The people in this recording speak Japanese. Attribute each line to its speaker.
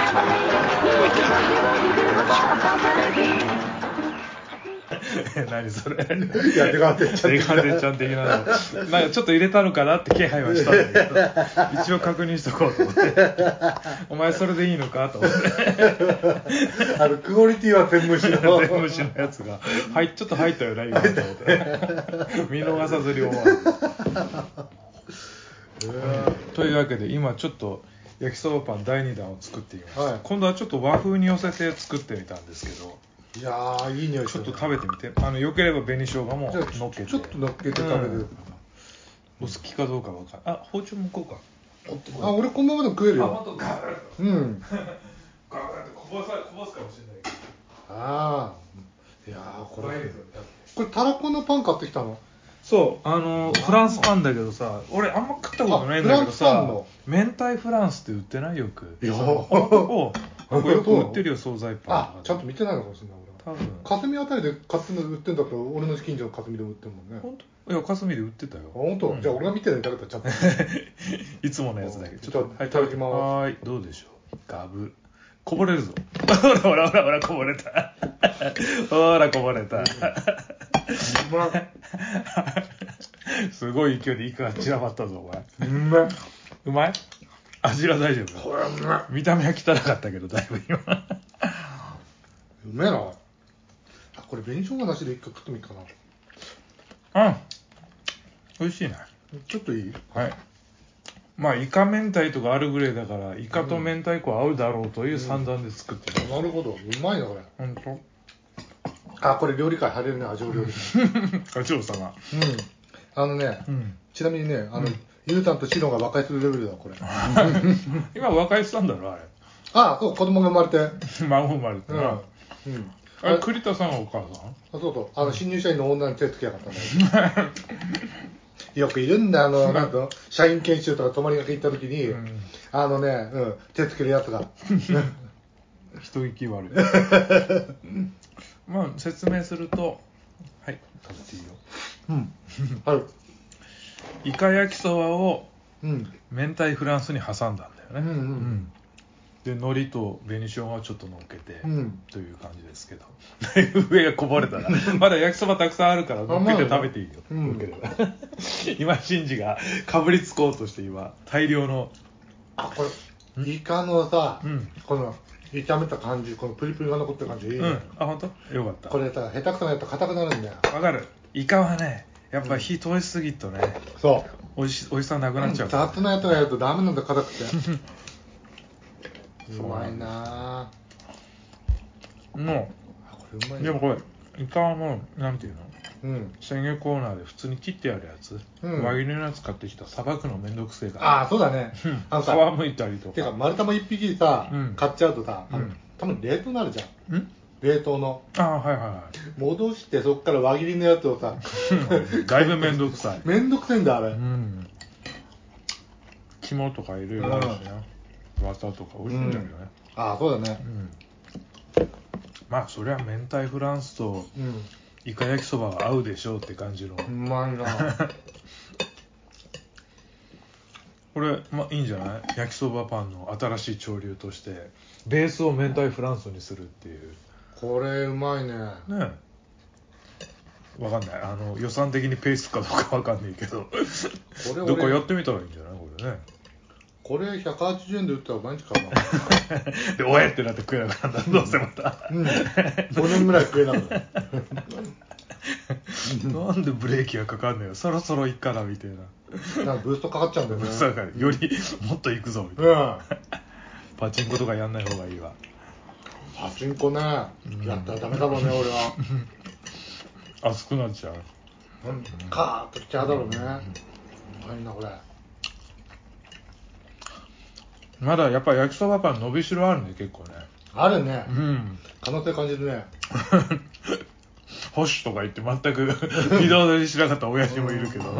Speaker 1: 何それ。
Speaker 2: いや、手が出ちゃっ
Speaker 1: デ
Speaker 2: て。
Speaker 1: カデちゃん的なの。なんかちょっと入れたのかなって気配はしたんだけ ど、一応確認しとこうと思って。お前それでいいのかと思って。
Speaker 2: あの、クオリティは全無視の。
Speaker 1: 全部虫のやつが、はい、ちょっと入ったよな、今と 思って。見逃さずに思わず。
Speaker 2: うわ
Speaker 1: というわけで、今ちょっと、焼きそばパン第2弾を作ってみました、
Speaker 2: はい
Speaker 1: 今度はちょっと和風に寄せて作ってみたんですけど
Speaker 2: いやー、いい匂い
Speaker 1: ちょっと
Speaker 2: 食
Speaker 1: 食べてみてあのよければ紅生姜も
Speaker 2: じゃあち
Speaker 1: の
Speaker 2: ょ
Speaker 1: っけて
Speaker 2: ちょっと乗っけて食べる。
Speaker 1: うんお好きかどうかわかんないあ包丁向こうか
Speaker 2: あ、俺このままでも食える
Speaker 1: あ
Speaker 2: よ。
Speaker 1: 本当ガーッ
Speaker 2: うん。
Speaker 1: ガーッてこぼさこぼすかもしれないけど
Speaker 2: ああ。いやー、こ
Speaker 1: 怖いで
Speaker 2: れ
Speaker 1: す。よね
Speaker 2: これ、たらこのパン買ってきたの
Speaker 1: そうあのフランスパンだけどさ俺あんま食ったことないんだけどさ
Speaker 2: あフランス
Speaker 1: 明太フランスって売ってないよく
Speaker 2: いや
Speaker 1: あおなんかよく売ってるよ惣菜パン
Speaker 2: あ、ちゃんと見てないのかもしれない、俺。
Speaker 1: 多分
Speaker 2: 霞あたりで買ってんの売ってんだったら俺の近所の霞でも売ってるもんね
Speaker 1: 本当いや霞で売ってたよ
Speaker 2: あ本当、
Speaker 1: うん
Speaker 2: じゃあ俺が見てないだけだったらちゃんと
Speaker 1: いつものやつだけど
Speaker 2: ちょっと
Speaker 1: はい
Speaker 2: いただきます
Speaker 1: はーいどうでしょうガブこぼれるぞ ほらほらほらほらこぼれた ほらこぼれた
Speaker 2: うまいう
Speaker 1: すごい勢いでいくら散らばったぞお前
Speaker 2: まいう
Speaker 1: まい味は大丈夫
Speaker 2: これうま
Speaker 1: 見た目は汚かったけどだいぶ今
Speaker 2: いうめえなあこれ紅生姜なしで一回食ってもいいかな
Speaker 1: うん美味しいね
Speaker 2: ちょっといい
Speaker 1: はいまあイカ明太とかあるぐらいだからイカと明太子は合うだろうという算段で作ってる、
Speaker 2: なるほどうまいなこれ
Speaker 1: ほんと
Speaker 2: あこれ料理会入れるね味を料理会
Speaker 1: 課長様
Speaker 2: うんあのね
Speaker 1: うん
Speaker 2: ちなみにねあの、ゆうたんとシロンが和解するレベルだこれあ
Speaker 1: 今和解したんだろあ
Speaker 2: そう子供が生まれて
Speaker 1: れ 孫生まれて
Speaker 2: うん、
Speaker 1: な、
Speaker 2: うん
Speaker 1: あれ栗田さんがお母さん
Speaker 2: あそうそうあの新入社員の女に手つけやがったんだ よよくいるんだあのなんか社員研修とか泊まりがけ行った時に、
Speaker 1: ん
Speaker 2: あのね、うん、手つけるやつが
Speaker 1: 人聞き悪 いまあ説明するとはい食べてい いよ
Speaker 2: うんはい
Speaker 1: イカ焼きそばを
Speaker 2: うん
Speaker 1: 明太フランスに挟んだんだよね
Speaker 2: うんうん
Speaker 1: で海苔と紅生姜をちょっと乗っけて、
Speaker 2: うん
Speaker 1: という感じですけど だいぶ上がこぼれたなまだ焼きそばたくさんあるから乗っけて食べていいよ、
Speaker 2: うん
Speaker 1: よければ 今シンジがかぶりつこうとして今大量の
Speaker 2: あこれイカのさ、
Speaker 1: うん
Speaker 2: この炒めた感じこのプリプリが残ってる感じいいね、
Speaker 1: うんあ本当？よかった
Speaker 2: これさ下手くそなやつ硬くなるんだよ
Speaker 1: わかるイカはねやっぱ火通しすぎるとね
Speaker 2: そ
Speaker 1: おいしおいしさなく
Speaker 2: う
Speaker 1: なっちゃうから
Speaker 2: 雑なやつがやるとダメなんだ硬くて う
Speaker 1: そう
Speaker 2: まいな
Speaker 1: も
Speaker 2: あこれうまいうな
Speaker 1: でもこれイカはもうなんていうの
Speaker 2: うん
Speaker 1: 鮮魚コーナーで普通に切ってあるやつ、
Speaker 2: うん
Speaker 1: 輪切りのやつ買ってきたさばくのめんどくせえから
Speaker 2: ああそうだね
Speaker 1: うん
Speaker 2: あのさ
Speaker 1: 皮むいたりと
Speaker 2: てか
Speaker 1: か
Speaker 2: 丸玉一匹さ、
Speaker 1: うん
Speaker 2: 買っちゃうとさ、あの
Speaker 1: うん
Speaker 2: 多分冷凍になるじゃん
Speaker 1: うん
Speaker 2: 冷凍の
Speaker 1: ああはいはいは
Speaker 2: 戻してそこから輪切りのやつを さ
Speaker 1: いだいぶめんどくさい
Speaker 2: めんどくせえんだあれ、
Speaker 1: うん肝とかいろいろあるしな綿とか美味しいんだけどね
Speaker 2: ああそうだね
Speaker 1: うん、まあそりゃ明太フランスと
Speaker 2: うん
Speaker 1: イカ焼きそばは合うでしょうって感じの、
Speaker 2: うまい な
Speaker 1: これ、まあ、いいんじゃない焼きそばパンの新しい潮流としてベースを明太フランスにするっていう
Speaker 2: これうまいね
Speaker 1: ねえわかんないあの予算的にペースかどうかわかんないけど
Speaker 2: これ
Speaker 1: どっか
Speaker 2: 俺
Speaker 1: やってみたらいいんじゃないこれね
Speaker 2: これ180円で売ったら毎日買うな
Speaker 1: でおえってなって食えなくなったら どうせまた
Speaker 2: うん5年ぐらい食えなくなる
Speaker 1: なんでブレーキがかかんないよそろそろ行っからみたいな
Speaker 2: なんかブーストかかっちゃうんだよね
Speaker 1: まさかよりもっと行くぞみたいな
Speaker 2: うん
Speaker 1: パチンコとかやんない方がいいわ
Speaker 2: パチンコねやったらダメだろうね俺は、
Speaker 1: 熱くなっちゃう
Speaker 2: うん、カーッときちゃうだろうねうまいなこれ
Speaker 1: まだやっぱ焼きそばパン伸びしろあるね結構ね
Speaker 2: あるね
Speaker 1: うん
Speaker 2: 可能性感じるね
Speaker 1: 保 守とか言って全く微動だにしなかった親父もいるけど